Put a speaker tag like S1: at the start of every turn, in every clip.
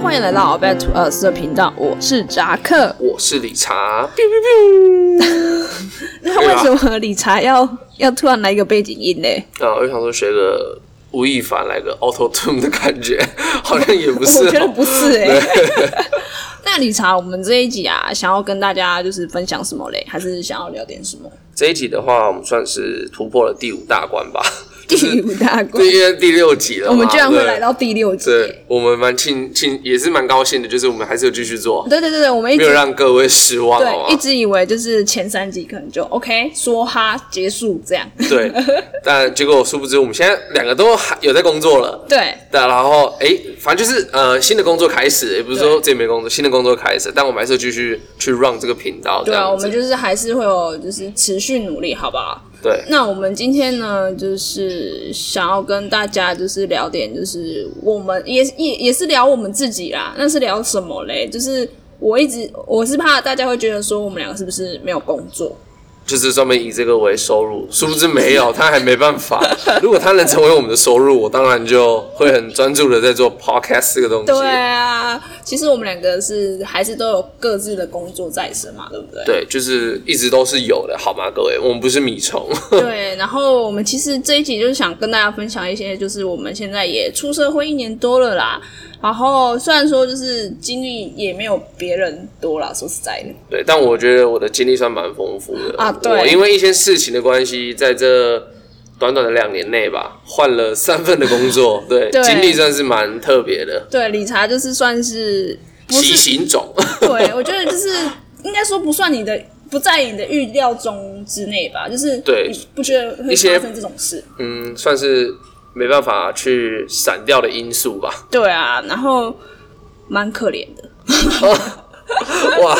S1: 欢迎来到鳌拜土二四的频道，我是扎克。
S2: 我是理查，哎
S1: 那为什么理查要要突然来一个背景音呢？
S2: 啊，我就想说学个吴亦凡来个 Auto Tune 的感觉， 好像也不是、
S1: 我觉得
S2: 哦。
S1: 不是哎、 那理查，我们这一集啊，想要跟大家就是分享什么嘞？还是想要聊点什么？
S2: 这一集的话，我们算是突破了第五大 关吧，
S1: 第五大关，
S2: 对，因为第六集了嘛，
S1: 我们居然会
S2: 对
S1: 来。到第六集。
S2: 对我们蛮庆庆，也是蛮高兴的，就是我们还是有继续做，
S1: 对对对对，我们一
S2: 没有
S1: 直
S2: 让各位失望，好啊
S1: 对一
S2: 吗？
S1: 直以为就是前三集可能就 OK 说哈结束这样。
S2: 对，但结果殊不知，我们现在两个都还有在工作 了。
S1: 对
S2: 对，然后哎，反正就是呃，新的工作开始，也不是说这没工作，新的工作开始，但我们还是继续去 run 这个频道。
S1: 对
S2: 这
S1: 啊，
S2: 样
S1: 我
S2: 子
S1: 们就是还是会有就是持续努力，好不好？
S2: 对
S1: 那我们今天呢，就是想要跟大家就是聊点，就是我们也也也是聊我们自己啦。那是聊什么嘞？就是我一直我是怕大家会觉得说我们两个是不是没有工作？
S2: 就是专门以这个为收入，殊不知没有，他还没办法。如果他能成为我们的收入，我当然就会很专注的在做 podcast 这个东西。
S1: 对啊，其实我们两个是还是都有各自的工作在身嘛，对不对？
S2: 对，就是一直都是有的，好吗，各位？我们不是米虫，
S1: 对，然后我们其实这一集就是想跟大家分享一些，就是我们现在也出社会一年多了啦。然后虽然说就是经历也没有别人多啦，说实在的，
S2: 对，但我觉得我的经历算蛮丰富的
S1: 啊对
S2: 我因为一些事情的关系，在这短短的两年内吧，换了三份的工 作，对，
S1: 对
S2: 经历算是蛮特别的，
S1: 对理查就是算是不
S2: 奇
S1: 是
S2: 形种。
S1: 对，我觉得就是应该说不算你的不在你的预料中之内吧，就是
S2: 对
S1: 你不觉得会
S2: 一些
S1: 发生这种事。
S2: 嗯，算是没办法去闪掉的因素吧。
S1: 对啊，然后蛮可怜的。
S2: 哇，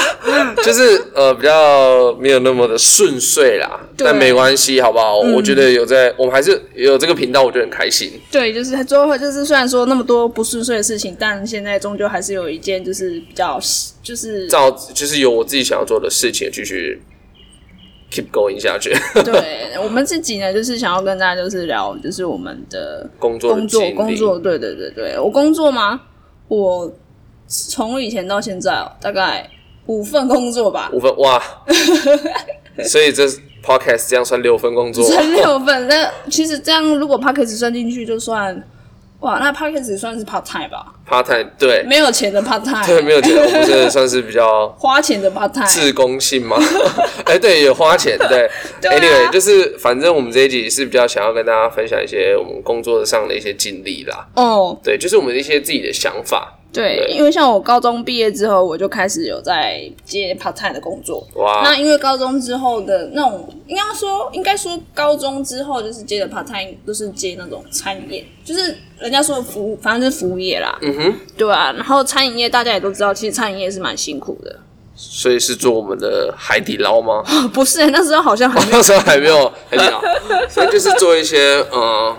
S2: 就是呃比较没有那么的顺遂啦，
S1: 对嗯
S2: 但没关系，好不好？我觉得有在，我们还是有这个频道，我觉得很开心。
S1: 对，就是他最后就是虽然说那么多不顺遂的事情，但现在终究还是有一件就是比较就是
S2: 照就是有我自己想要做的事情，继续 keep going 下去。
S1: 对我们自己呢，就是想要跟大家就是聊，就是我们的
S2: 工作的
S1: 工作
S2: 经历
S1: 工作，对对对对，我工作吗？我从以前到现在、哦，大概五份工作吧，
S2: 五分哇， 所以这 podcast 这样算六分 工作，
S1: 才六份。那其实这样如果 p a c k a g e 算进去，就算哇，那 p a c k a g e 算是 part time 吧，
S2: part time 对
S1: 没有钱的 part time，
S2: 对没有钱，我们这算是比较
S1: 花钱的 part time，
S2: 自公性吗？ 哎、对，有花钱，对。
S1: 对啊
S2: anyway，就是反正我们这一集是比较想要跟大家分享一些我们工作上的一些经历啦，
S1: 哦。
S2: 对，就是我们的一些自己的想法。
S1: 对，
S2: 对
S1: 因为像我高中毕业之后，我就开始有在接 part time 的工作。
S2: 哇
S1: 那，因为高中之后的那种，应该说，应该说高中之后就是接的 part time 都是接那种餐饮业，就是人家说的服务，反正就是服务业啦。
S2: 嗯哼，
S1: 对啊，然后餐饮业大家也都知道，其实餐饮业是蛮辛苦的。
S2: 所以是做我们的海底捞吗？
S1: 不是、那时候好像还没有
S2: 那时候还没有海底捞，所以就是做一些呃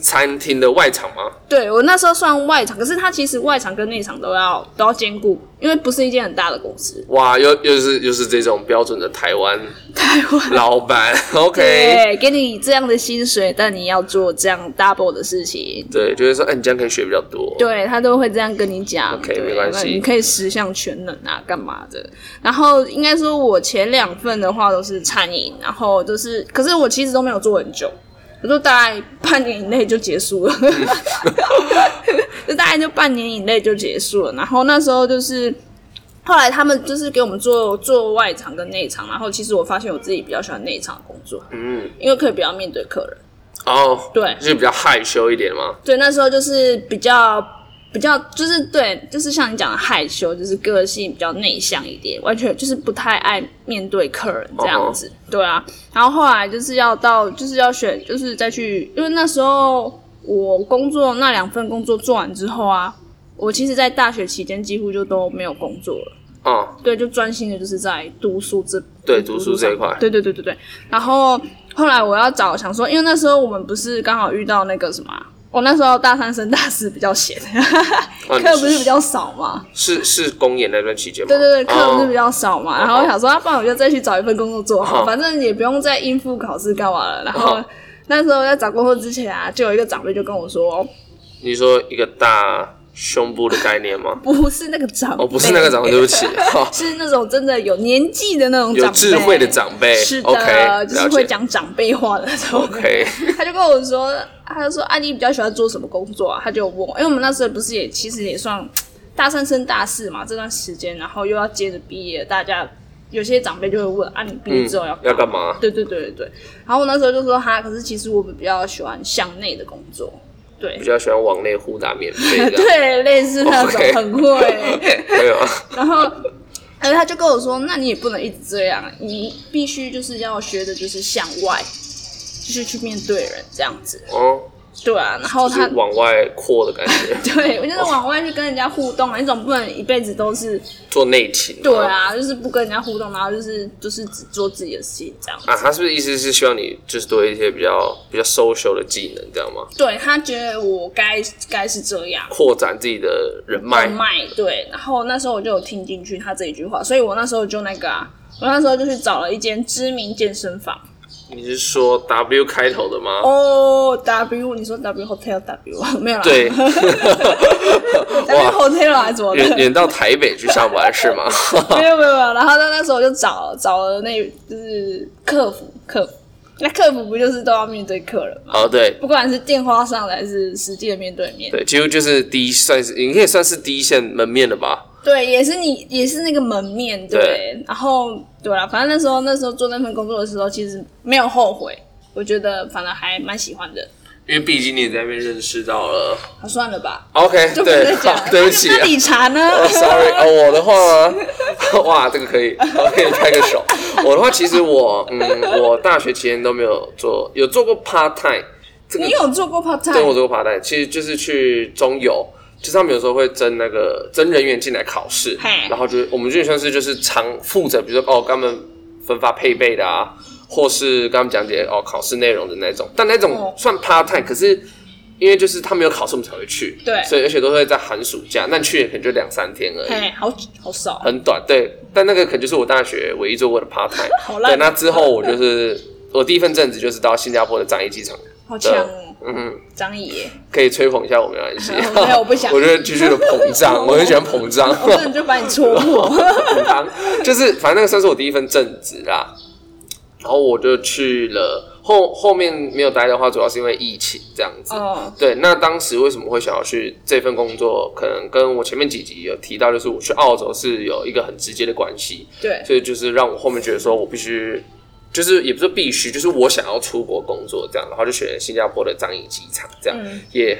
S2: 餐厅的外场吗？
S1: 对我那时候算外场，可是它其实外场跟内场都要都要兼顾，因为不是一间很大的公司。
S2: 哇，又又是又是这种标准的台湾
S1: 台湾
S2: 老板 ，OK。
S1: 对，给你这样的薪水，但你要做这样 double 的事情，
S2: 对，就会说，哎、你这样可以学比较多。
S1: 对他都会这样跟你讲。
S2: OK，
S1: 对
S2: 没关系
S1: 你可以十项全能啊，干嘛的？然后应该说，我前两份的话都是餐饮，然后都是，可是我其实都没有做很久，我就大概半年以内就结束 了，就大概就半年以内就结束了。然后那时候就是。后来他们就是给我们做做外场跟内场，然后其实我发现我自己比较喜欢内场的工作，
S2: 嗯，
S1: 因为可以比较面对客人。
S2: 哦，
S1: 对
S2: 就是比较害羞一点嘛。
S1: 对，那时候就是比较比较，就是对，就是像你讲的害羞，就是个性比较内向一点，完全就是不太爱面对客人这样子。对啊，然后后来就是要到，就是要选，就是再去，因为那时候我工作那两份工作做完之后啊，我其实在大学期间几乎就都没有工作了。
S2: 哦，
S1: 对，就专心的就是在读书这
S2: 对读书这一
S1: 上
S2: 块
S1: 对对对对对。然后后来我要找想说，因为那时候我们不是刚好遇到那个什么啊、我那时候大三升大四比较闲，
S2: 啊，你
S1: 课不是比较少嘛？
S2: 是是公演那段期间吗？
S1: 对对对，课不是
S2: 哦
S1: 比较少嘛。然后我想说，啊不然我就再去找一份工作做好，反正也不用再应付考试干嘛了。然后
S2: 哦
S1: 哦那时候在找工作之前啊，就有一个长辈就跟我说，
S2: 你说一个大胸部的概念 吗？
S1: 不是那个长辈，
S2: 哦，不是那个长辈，对 不起，好，
S1: 是那种真的有年纪的那种长辈，
S2: 有智慧的长辈
S1: 是的
S2: OK，
S1: 就是
S2: 了
S1: 会
S2: 解
S1: 讲长辈话的那种。
S2: OK，
S1: 他就跟我说，他就说啊，你比较喜欢做什么工作啊？他就问我，因为我们那时候不是也其实也算大三升大四嘛，这段时间，然后又要接着毕业，大家有些长辈就会问啊，你毕业之后要
S2: 嗯要干嘛？
S1: 对对对对对。然后我那时候就说哈，可是其实我们比较喜欢向内的工作，对
S2: 比较喜欢往内呼打免费 的，
S1: 对，类似那种
S2: OK
S1: 很会。
S2: 对啊，
S1: 然后，而且他就跟我说，那你也不能一直这样，你必须就是要学的就是向外，就是去面对人这样子。
S2: 哦，
S1: 对啊，然后
S2: 就
S1: 他，
S2: 是往外扩的感 觉
S1: 对我就是往外去跟人家互动啊，你总不能一辈子都是
S2: 做内勤。
S1: 对。啊，就是不跟人家互动，然后就是就是只做自己的事情这样。
S2: 啊，他是不是意思是希望你就是多一些比较比较 social 的技能，这样吗？
S1: 对他觉得我该该是这样。
S2: 扩展自己的人脉。
S1: 卖对，然后那时候我就有听进去他这一句话，所以我那时候就那个啊，我那时候就去找了一间知名健身房，
S2: 你是说 W 开头的吗？
S1: 哦、w 你说 W Hotel W 啊 没有啦，
S2: 对，
S1: ，W
S2: 哇，
S1: Hotel 还是什么的，
S2: 远远到台北去上班是吗？
S1: 没有没有没有。然后到那时候我就找找了那就是客服客服，那客服不就是都要面对客人吗？
S2: 哦，对
S1: 不管是电话上的还是实际的面对面，
S2: 对，几乎就是第一算是，你可以算是第一线门面的吧？
S1: 对，也是你也是那个门面对。
S2: 对
S1: 然后对啦，反正那时候那时候做那份工作的时候，其实没有后悔，我觉得反正还蛮喜欢的。
S2: 因为毕竟你也在那边认识到了。
S1: 啊、算了吧，
S2: OK，
S1: 就不能再
S2: 对，
S1: 讲
S2: 好
S1: 了。
S2: 对不起啊
S1: 那理查呢？
S2: 哦，sorry，哦， 我的话吗？哇，这个可以，我可以拍个手。我的话，其实我，嗯，我大学期间都没有做，有做过 part time，这个
S1: 你有做过 part time？
S2: 对我做过 part time，其实就是去中游，就是他们有时候会征那个征人员进来考试
S1: 嘿，
S2: 然后就我们就算是就是常负责，比如说哦，跟他们分发配备的啊，或是跟他们讲解哦考试内容的那种，但那
S1: 哦
S2: 种算 part time，可是。因为就是他们有考试，我们才会去，
S1: 对
S2: 所以而且都会在寒暑假，那去也可能就两三天而已，
S1: 哎，好好少，
S2: 很短，对。但那个可能就是我大学唯一做过的 part time
S1: 好。烂
S2: 对，那之后我就是我第一份正职就是到新加坡的樟宜机场，
S1: 好强哦，
S2: 嗯，
S1: 张毅耶，。
S2: 可以吹捧一下我没关系
S1: 没有我不想
S2: 我就继续的 膨胀，我很喜欢膨胀。
S1: 我真的就把你戳 破。
S2: 很夯就是反正那个算是我第一份正职啦。然后我就去了，后后面没有待的话，主要是因为疫情这样子。
S1: 哦，
S2: 对，那当时为什么会想要去这份工作？可能跟我前面几集有提到，就是我去澳洲是有一个很直接的关系。
S1: 对，
S2: 所以就是让我后面觉得说我必须，就是也不是必须，就是我想要出国工作这样，然后就选了新加坡的樟宜机场，这样、
S1: 嗯
S2: 也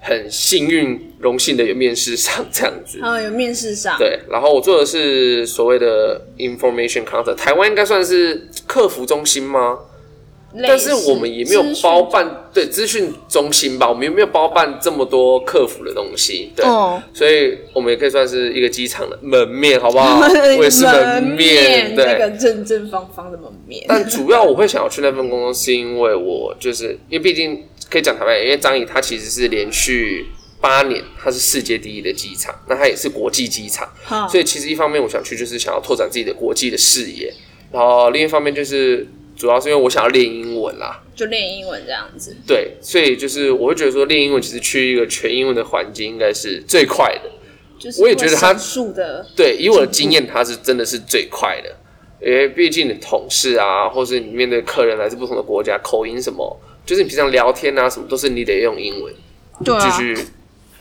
S2: 很幸运、荣幸的有面试上这样子。
S1: 然后有面试上，
S2: 对，然后我做的是所谓的 information counter，台湾应该算是客服中心吗？
S1: 类
S2: 但
S1: 似
S2: 是我们也没有包
S1: 资
S2: 办对资讯中心吧，我们也没有包办这么多客服的东西。对，
S1: 讯哦，
S2: 所以我们也可以算是一个机场的门面，好不 好？ 我也是
S1: 门
S2: 面，对。
S1: 那个正正方方的门面，
S2: 但主要我会想要去那份工作，是因为我就是因为毕竟可以讲台湾，因为张仪它其实是连续八年，它是世界第一的机场，那它也是国际机场，
S1: 哈
S2: 所以其实一方面我想去就是想要拓展自己的国际的视野，然后另一方面就是主要是因为我想要练英文啦，
S1: 就练英文这样子，
S2: 对，所以就是我会觉得说练英文其实去一个全英文的环境应该是最快的，
S1: 就是
S2: 我也觉得他
S1: 数的
S2: 对，以我的经
S1: 嗯
S2: 验，它是真的是最快的，因为毕竟你同事啊，或是你面对客人来自不同的国家，口音什么，就是你平常聊天啊什么，都是你得用英文
S1: 对
S2: 继
S1: 啊，
S2: 续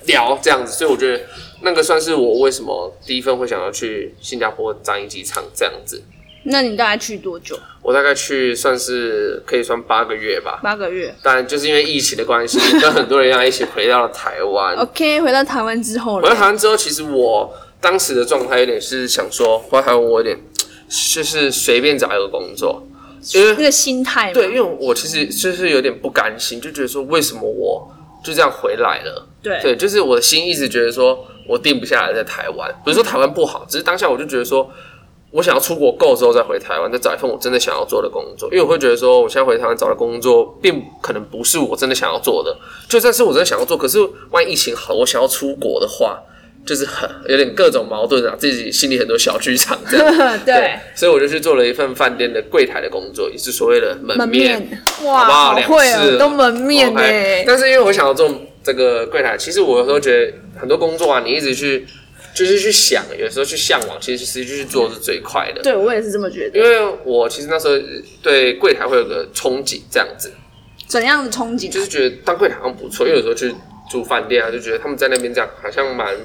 S2: 聊这样子，所以我觉得那个算是我为什么第一份会想要去新加坡樟宜机场这样子。
S1: 那你大概去多久？
S2: 我大概去算是可以算八个月吧，
S1: 八个月。
S2: 当然就是因为疫情的关系，跟很多人一样一起回到了台湾。
S1: OK，回到台湾之后
S2: 回到
S1: 呢？
S2: 台湾之后，其实我当时的状态有点是想说，回到台湾我有点就是随便找一个工作，因
S1: 那
S2: 为
S1: 个心态嘛，
S2: 呃对，因为我其实就是有点不甘心，就觉得说为什么我就这样回来了？
S1: 对
S2: 对，就是我的心一直觉得说我定不下来在台湾，不是说台湾不好，只是当下我就觉得说。我想要出国够之后再回台湾，再找一份我真的想要做的工作，因为我会觉得说，我现在回台湾找的工作，并可能不是我真的想要做的。就算是我真的想要做，可是万一疫情好，我想要出国的话，就是很有点各种矛盾啊，自己心里很多小剧场这样。
S1: 对，
S2: 所以我就去做了一份饭店的柜台的工作，也是所谓的门
S1: 门
S2: 面，
S1: 面，
S2: 好
S1: 哇，
S2: 不好
S1: 好会
S2: 两次
S1: 哦，都门面
S2: OK，
S1: 呢。
S2: 但是因为我想要做这个柜台，其实我有时候觉得很多工作啊，你一直去就是去想，有时候去向往，其实实际去做是最快的。
S1: 对我也是这么觉
S2: 因
S1: 得。
S2: 为我其实那时候呃对柜台会有个憧憬，这样子
S1: 怎样的憧憬啊？
S2: 就是觉得当柜台好像不错，因为有时候去住饭店啊，就觉得他们在那边这样好像蛮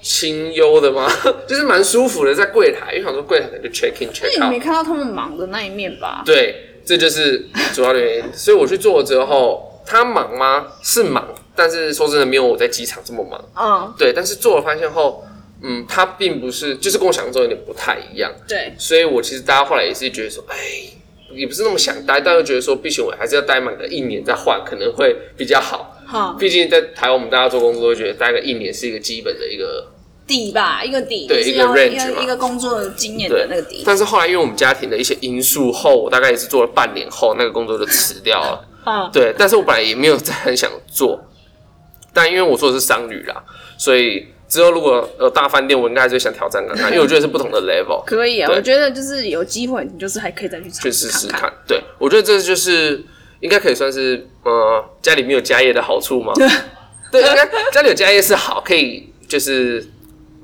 S2: 清幽的嘛， 就是蛮舒服的，在柜台，因为想说柜台就 check in
S1: 那
S2: check
S1: 你
S2: out，
S1: 没看到他们忙的那一面吧？
S2: 对，这就是主要的原因。所以我去做了之后，他忙吗？是忙，但是说真的，没有我在机场这么忙。
S1: 嗯，
S2: 对，但是做了发现后，嗯，他并不是，就是跟我想象中有点不太一样。
S1: 对，
S2: 所以我其实大家后来也是觉得说，哎，也不是那么想待，但又觉得说，毕竟我还是要待满个一年再换，可能会比较好。
S1: 好
S2: 毕竟在台湾，我们大家做工作都觉得待个一年是一个基本的一个
S1: 底吧，一个底，
S2: 对
S1: 就是
S2: 一个
S1: 要
S2: range
S1: 一
S2: 嘛
S1: 个一个工作的经验
S2: 对
S1: 的那个底。
S2: 但是后来因为我们家庭的一些因素后，我大概也是做了半年后，那个工作就辞掉了。
S1: 嗯，
S2: 对，但是我本来也没有真的很想做，但因为我做的是商旅啦，所以之后如果有大饭店，我应该还是会想挑战 看看，因为我觉得是不同的 level
S1: 可以啊，
S2: 对
S1: 我觉得就是有机会，你就是还可以再去尝
S2: 去
S1: 试
S2: 试
S1: 看
S2: 试
S1: 看。
S2: 看。对，我觉得这就是应该可以算是呃家里没有家业的好处 吗？对，应该家里有家业是好，可以就是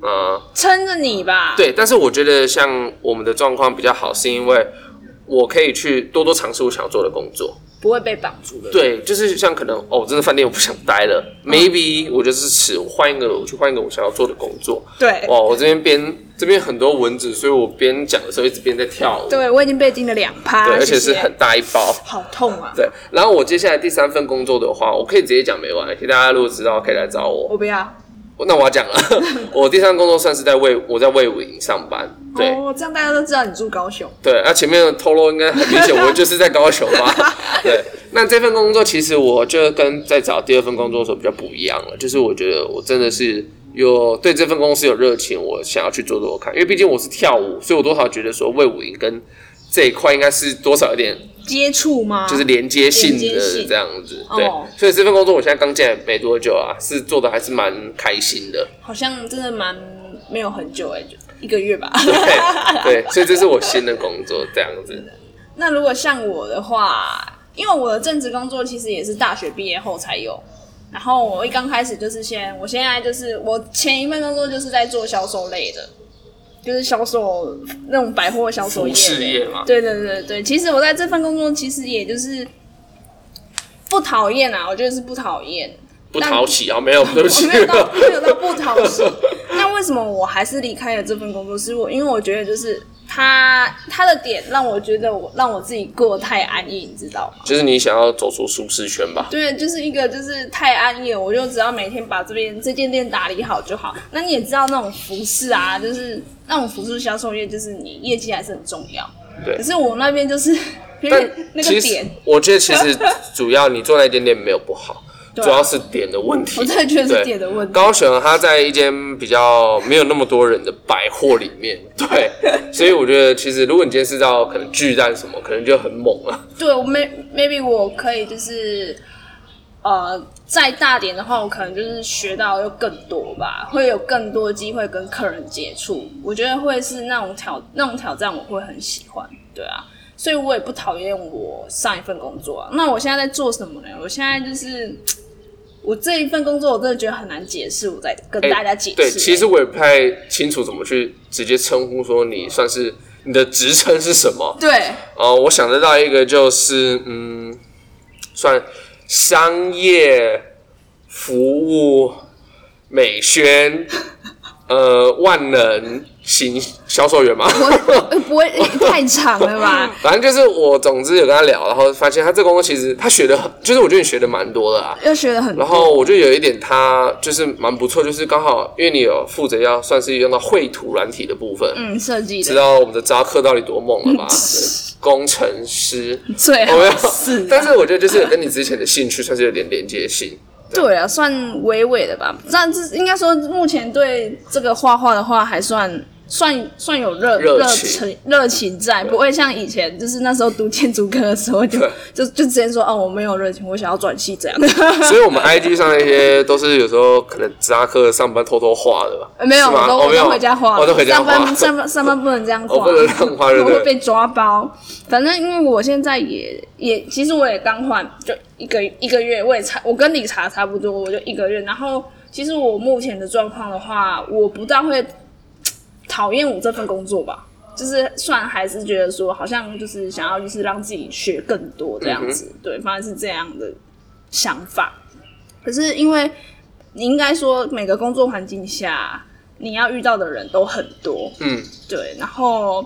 S2: 呃
S1: 撑着你吧。，
S2: 对，但是我觉得像我们的状况比较好，是因为我可以去多多尝试我想要做的工作。
S1: 不会被绑住的。，
S2: 对，就是像可能哦，真的饭店我不想待了，maybe
S1: 嗯
S2: 我就是吃，我换一个，我去换一个我想要做的工作。哦
S1: 对，
S2: 哇，我这边边这边很多蚊子，所以我边讲的时候一直边在跳舞，对，
S1: 对我已经被叮了两趴，
S2: 而且
S1: 谢
S2: 是
S1: 谢
S2: 很大一包。
S1: 好痛啊！
S2: 对，然后我接下来第三份工作的话，我可以直接讲没关系，大家如果知道可以来找我。
S1: 我不要。
S2: 那我 要讲了，我第三份工作算是在魏，我在魏武营上班。对，
S1: 哦，这样大家都知道你住高雄。
S2: 对，那、前面的透露应该很明显，我就是在高雄 嘛。对，那这份工作其实我就跟在找第二份工作的时候比较不一样了，就是我觉得我真的是有对这份公司有热情，我想要去做做看，因为毕竟我是跳舞，所以我多少觉得说魏武营跟这一块应该是多少有点
S1: 接触吗？
S2: 就是连接性
S1: 啊连接
S2: 的
S1: 性
S2: 这样子，
S1: 哦
S2: 对，所以这份工作我现在刚进来没多久啊，是做的还是蛮开 心的，
S1: 好像真的蛮没有很久哎、就一个月 吧。
S2: 对对，所以这是我新的工作这样子，
S1: 那如果像我的话，因为我的正职工作其实也是大学毕业后才有，然后我一刚开始就是先，我现在就是我前一份工作就是在做销售类的，就是销售那种百货销售业
S2: 服饰
S1: 类
S2: 业嘛
S1: 对对对对，其实我在这份工作其实也就是不讨厌啊，我觉得是不讨厌，
S2: 不讨喜啊，没有，对不
S1: 我
S2: 起，
S1: 没有到没有到不讨 喜。那为什么我还是离开了这份工作？是我因为我觉得就是他他的点让我觉得我让我自己过得太安逸，你知道吗？
S2: 就是你想要走出舒适圈吧。
S1: 对，就是一个就是太安逸了，我就只要每天把这边这间店打理好就好。那你也知道那种服饰啊，就是那种服饰销售业，就是你业绩还是很重要。
S2: 对
S1: 可是我那边就是有
S2: 但
S1: 点那
S2: 其
S1: 个
S2: 实
S1: 点，
S2: 我觉得其实主要你做那间店没有不好，
S1: 对啊
S2: 主要是点的问题。
S1: 我真的觉得是
S2: 对
S1: 点的问题。
S2: 高雄它在一间比较没有那么多人的百货里 面，对，所以我觉得其实如果你今天是到可能巨蛋什么，可能就很猛啊了。
S1: 对，我 may maybe 我可以就是，呃，再大点的话，我可能就是学到又更多吧，会有更多机会跟客人接触。我觉得会是那种挑那种挑战，我会很喜欢。对啊，所以我也不讨厌我上一份工作啊。那我现在在做什么呢？我现在就是。我这一份工作，我真的觉得很难解释，我再跟
S2: 哎
S1: 大家解释、
S2: 对，其实我也不太清楚怎么去直接称呼说你算是你的职称是什么。
S1: 对
S2: 哦，我想得到一个就是，嗯，算商业服务、美宣，呃，万能行销售员嘛。
S1: 呃不 会、太长了吧？
S2: 反正就是我，总之有跟他聊，然后发现他这工作其实他学的很，就是我觉得你学的蛮多的啊。
S1: 要学的很多。
S2: 然后我就有一点他就是蛮不错，就是刚好因为你有负责要算是用到绘图软体的部分，
S1: 嗯，设计
S2: 知
S1: 的
S2: 道我们的扎克到底多猛了吧？对工程师。
S1: 最
S2: 我
S1: 好
S2: 没有
S1: 是啊、
S2: 但是我觉得就是有跟你之前的兴趣算是有点连接性。
S1: 对啊，算微微的吧。但是应该说，目前对这个画画的话，还算算算有热
S2: 热
S1: 热
S2: 情
S1: 情热情在，不会像以前就是那时候读建筑科的时候就
S2: 对
S1: 就就直接说哦我没有热情，我想要转系这样。
S2: 所以我们 IG 上那些都是有时候可能扎克上班偷偷画的吧？
S1: 呃没有，
S2: 是吗
S1: 我都
S2: 哦
S1: 我
S2: 没有
S1: 都回家画，
S2: 哦都回家
S1: 上
S2: 画
S1: 班上班上班不能这样画，
S2: 哦不能这样画对
S1: 我
S2: 不对
S1: 会被抓包。反正因为我现在也也，其实我也刚换，就一个一个月，我也差，我跟理查差不多，我就一个月。然后其实我目前的状况的话，我不大会讨厌我这份工作吧。就是算还是觉得说，好像就是想要就是让自己学更多这样子，对，反正是这样的想法。可是因为你应该说每个工作环境下，你要遇到的人都很多，
S2: 嗯，
S1: 对，然后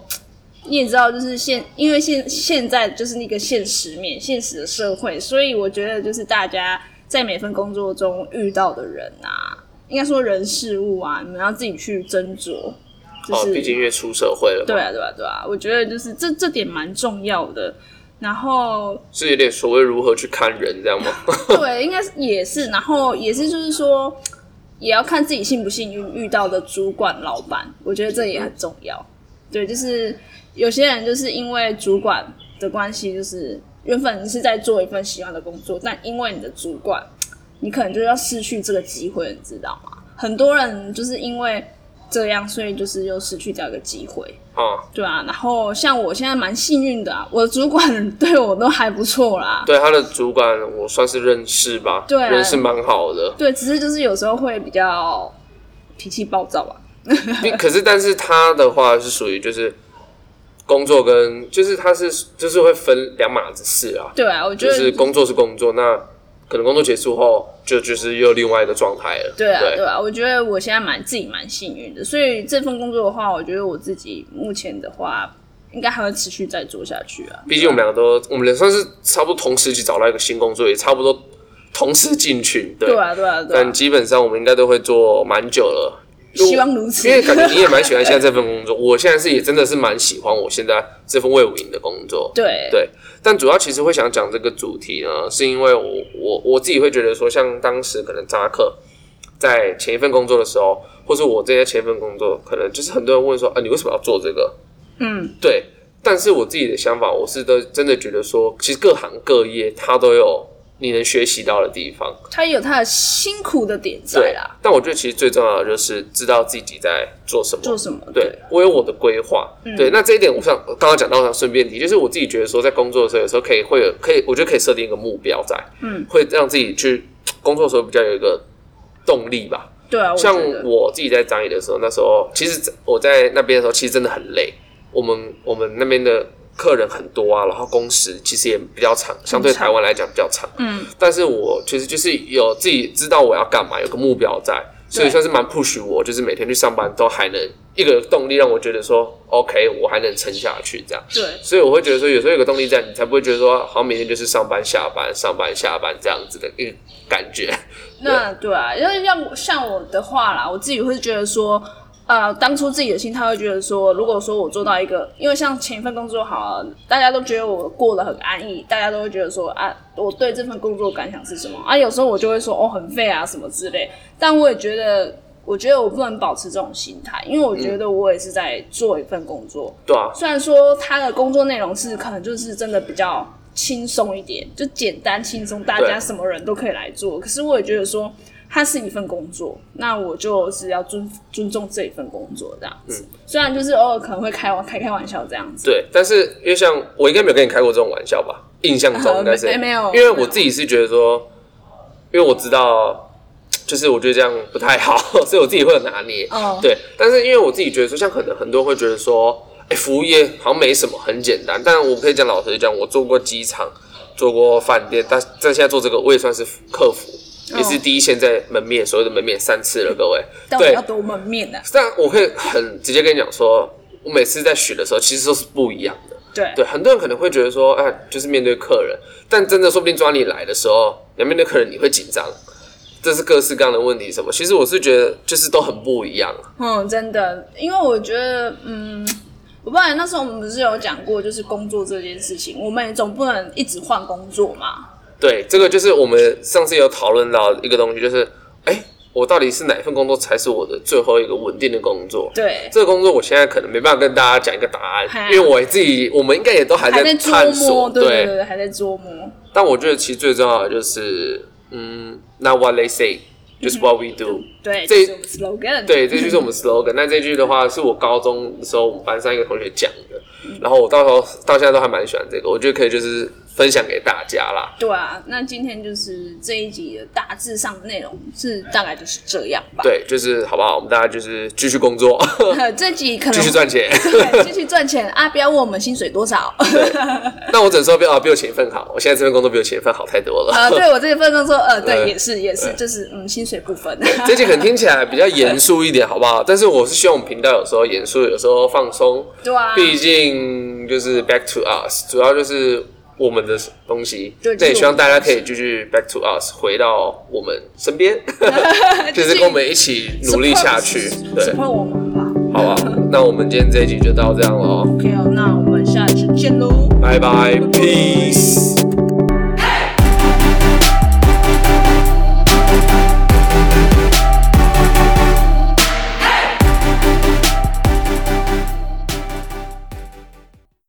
S1: 你也知道，就是现因为现现在就是那个现实面、现实的社会，所以我觉得就是大家在每份工作中遇到的人啊，应该说人事物啊，你们要自己去斟酌，就
S2: 哦，
S1: 是、
S2: 毕竟越出社会了，
S1: 对，啊，对啊，对啊，我觉得就是这这点蛮重要的。然后
S2: 是有点所谓如何去看人这样吗？
S1: 对，应该是也是，然后也是就是说，也要看自己幸不幸运遇到的主管、老板，我觉得这也很重要。对，就是有些人就是因为主管的关系，就是原本你是在做一份喜欢的工作，但因为你的主管，你可能就要失去这个机会，你知道吗？很多人就是因为这样，所以就是又失去掉一个机会。
S2: 啊，
S1: 对啊，然后像我现在蛮幸运的啊，我的主管对我都还不错啦。
S2: 对他的主管我算是认识吧，
S1: 对啊
S2: 认识蛮好的。
S1: 对，只是就是有时候会比较脾气暴躁啊吧。
S2: 并可是，但是他的话是属于就是工作跟就是他是就是会分两码子事啊，
S1: 对啊，我觉
S2: 就
S1: 得、
S2: 是工作是工作，那可能工作结束后就就是又另外一个状态了。
S1: 对啊，
S2: 对
S1: 对啊，我觉得我现在蛮自己蛮幸运的，所以这份工作的话，我觉得我自己目前的话，应该还会持续再做下去啊。
S2: 毕竟我们两个都，我们也算是差不多同时期找到一个新工作，也差不多同时进去，对。
S1: 对啊，对啊，对啊
S2: 但，基本上我们应该都会做蛮久了，
S1: 希望如此
S2: 因。为感觉你也蛮喜欢现在这份工作，我现在是也真的是蛮喜欢我现在这份魏武营的工作。
S1: 对
S2: 对，但主要其实会想讲这个主题呢，是因为我我我自己会觉得说，像当时可能扎克在前一份工作的时候，或是我这些前一份工作，可能就是很多人问说，啊，你为什么要做这个？
S1: 嗯，
S2: 对，但是我自己的想法，我是都真的觉得说，其实各行各业它都有你能学习到的地方。
S1: 他也有他的辛苦的点在
S2: 对
S1: 啦，，
S2: 但我觉得其实最重要的就是知道自己在做什么。
S1: 做什么？
S2: 对，我有我的规划。
S1: 嗯
S2: 对，那这一点我想刚刚讲到，想顺便提，就是我自己觉得说，在工作的时候，有时候可以会有可以，我觉得可以设定一个目标在，
S1: 嗯，
S2: 会让自己去工作的时候比较有一个动力吧。
S1: 对啊，我觉
S2: 像
S1: 得
S2: 我自己在张仪的时候，那时候其实我在那边的时候，其实真的很累。我们我们那边的客人很多啊，然后工时其实也比较长，相对台湾来讲比较长。
S1: 嗯，
S2: 但是我其实就是有自己知道我要干嘛，有个目标在，所以
S1: 对
S2: 算是蛮 push 我，就是每天去上班都还能一个动力，让我觉得说 OK，我还能撑下去这样。
S1: 对
S2: 所以我会觉得说，有时候有个动力在，你才不会觉得说好像每天就是上班下班、上班下班这样子的一个感觉。
S1: 那对啊，因为像像我的话啦，我自己会觉得说，呃，当初自己的心态会觉得说，如果说我做到一个，因为像前一份工作好了，大家都觉得我过得很安逸，大家都会觉得说啊，我对这份工作感想是什么啊？有时候我就会说哦，很废啊什么之类，但我也觉得。我觉得我不能保持这种心态，因为我觉得我也是在做一份工作，
S2: 对啊，
S1: 虽然说他的工作内容是可能就是真的比较轻松一点，就简单轻松，大家
S2: 对
S1: 什么人都可以来做。可是我也觉得说，它是一份工作，那我就是要尊尊重这一份工作这样子。虽然就是偶尔可能会开玩开开玩笑这样子，
S2: 嗯对，但是因为像我应该没有跟你开过这种玩笑吧？印象中应该是、
S1: 呃没没有
S2: 因为我自己是觉得说，因为我知道，就是我觉得这样不太好， 所以我自己会有拿捏。
S1: 哦
S2: 对，但是因为我自己觉得说，像可能很多人会觉得说，哎、服务业好像没什么，很简单。但我可以讲老实讲，我做过机场，做过饭店，但但现在做这个我也算是客服，
S1: 哦
S2: 也是第一线在门面，所有的门面三次了，各位。
S1: 到底
S2: 对
S1: 要，多门面呢、啊？
S2: 但我可以很直接跟你讲说，我每次在选的时候，其实都是不一样的。
S1: 对
S2: 对，很多人可能会觉得说，哎、就是面对客人，但真的说不定抓你来的时候，你要面对客人你会紧张，这是各式各样的问题什么。其实我是觉得就是都很不一样，
S1: 嗯，真的，因为我觉得，嗯，我不然那时候我们不是有讲过，就是工作这件事情，我们也总不能一直换工作嘛。
S2: 对，这个就是我们上次有讨论到一个东西，就是哎、我到底是哪份工作才是我的最后一个稳定的工作？
S1: 对，
S2: 这个工作我现在可能没办法跟大家讲一个答
S1: 嗨
S2: 案，因为我自己我们应该也都还
S1: 还在
S2: 探
S1: 捉
S2: 索，
S1: 摸，对对对，还在捉摸。
S2: 但我觉得其实最重要的就是，嗯，Not what they say,
S1: 嗯
S2: just what we do。
S1: 对，
S2: 这
S1: 这是我们 slogan。
S2: 对，这句是我们 slogan。那这句的话，是我高中的时候我们班上一个同学讲的，然后我到时候到现在都还蛮喜欢这个，我觉得可以就是分享给大家啦。
S1: 对啊，那今天就是这一集的大致上的内容是大概就是这样吧。
S2: 对，就是好不好？我们大家就是继续工作，
S1: 这集可能
S2: 继续赚钱。
S1: 对继续赚钱啊！不要问我们薪水多少。
S2: 那我只能说比啊，比我前一份好。我现在这份工作比我前一份好太多了。
S1: 呃，对我这份工作，呃，对，
S2: 对
S1: 也是也是，就是嗯，薪水不分。
S2: 这集可能听起来比较严肃一点，好不好？但是我是希望我们频道有时候严肃，有时候放松。
S1: 对啊，
S2: 毕竟就是 back to us，主要就是我们的东西。
S1: 对就是
S2: 那也希望大家可以继续 back to us，回到我们 身边， 就是跟我们一起努力下去。对，
S1: support 我们吧。
S2: 好吧，那我们今天这一集就到这样喽，哦
S1: OK，哦那我们下次见喽。
S2: 拜拜，peace。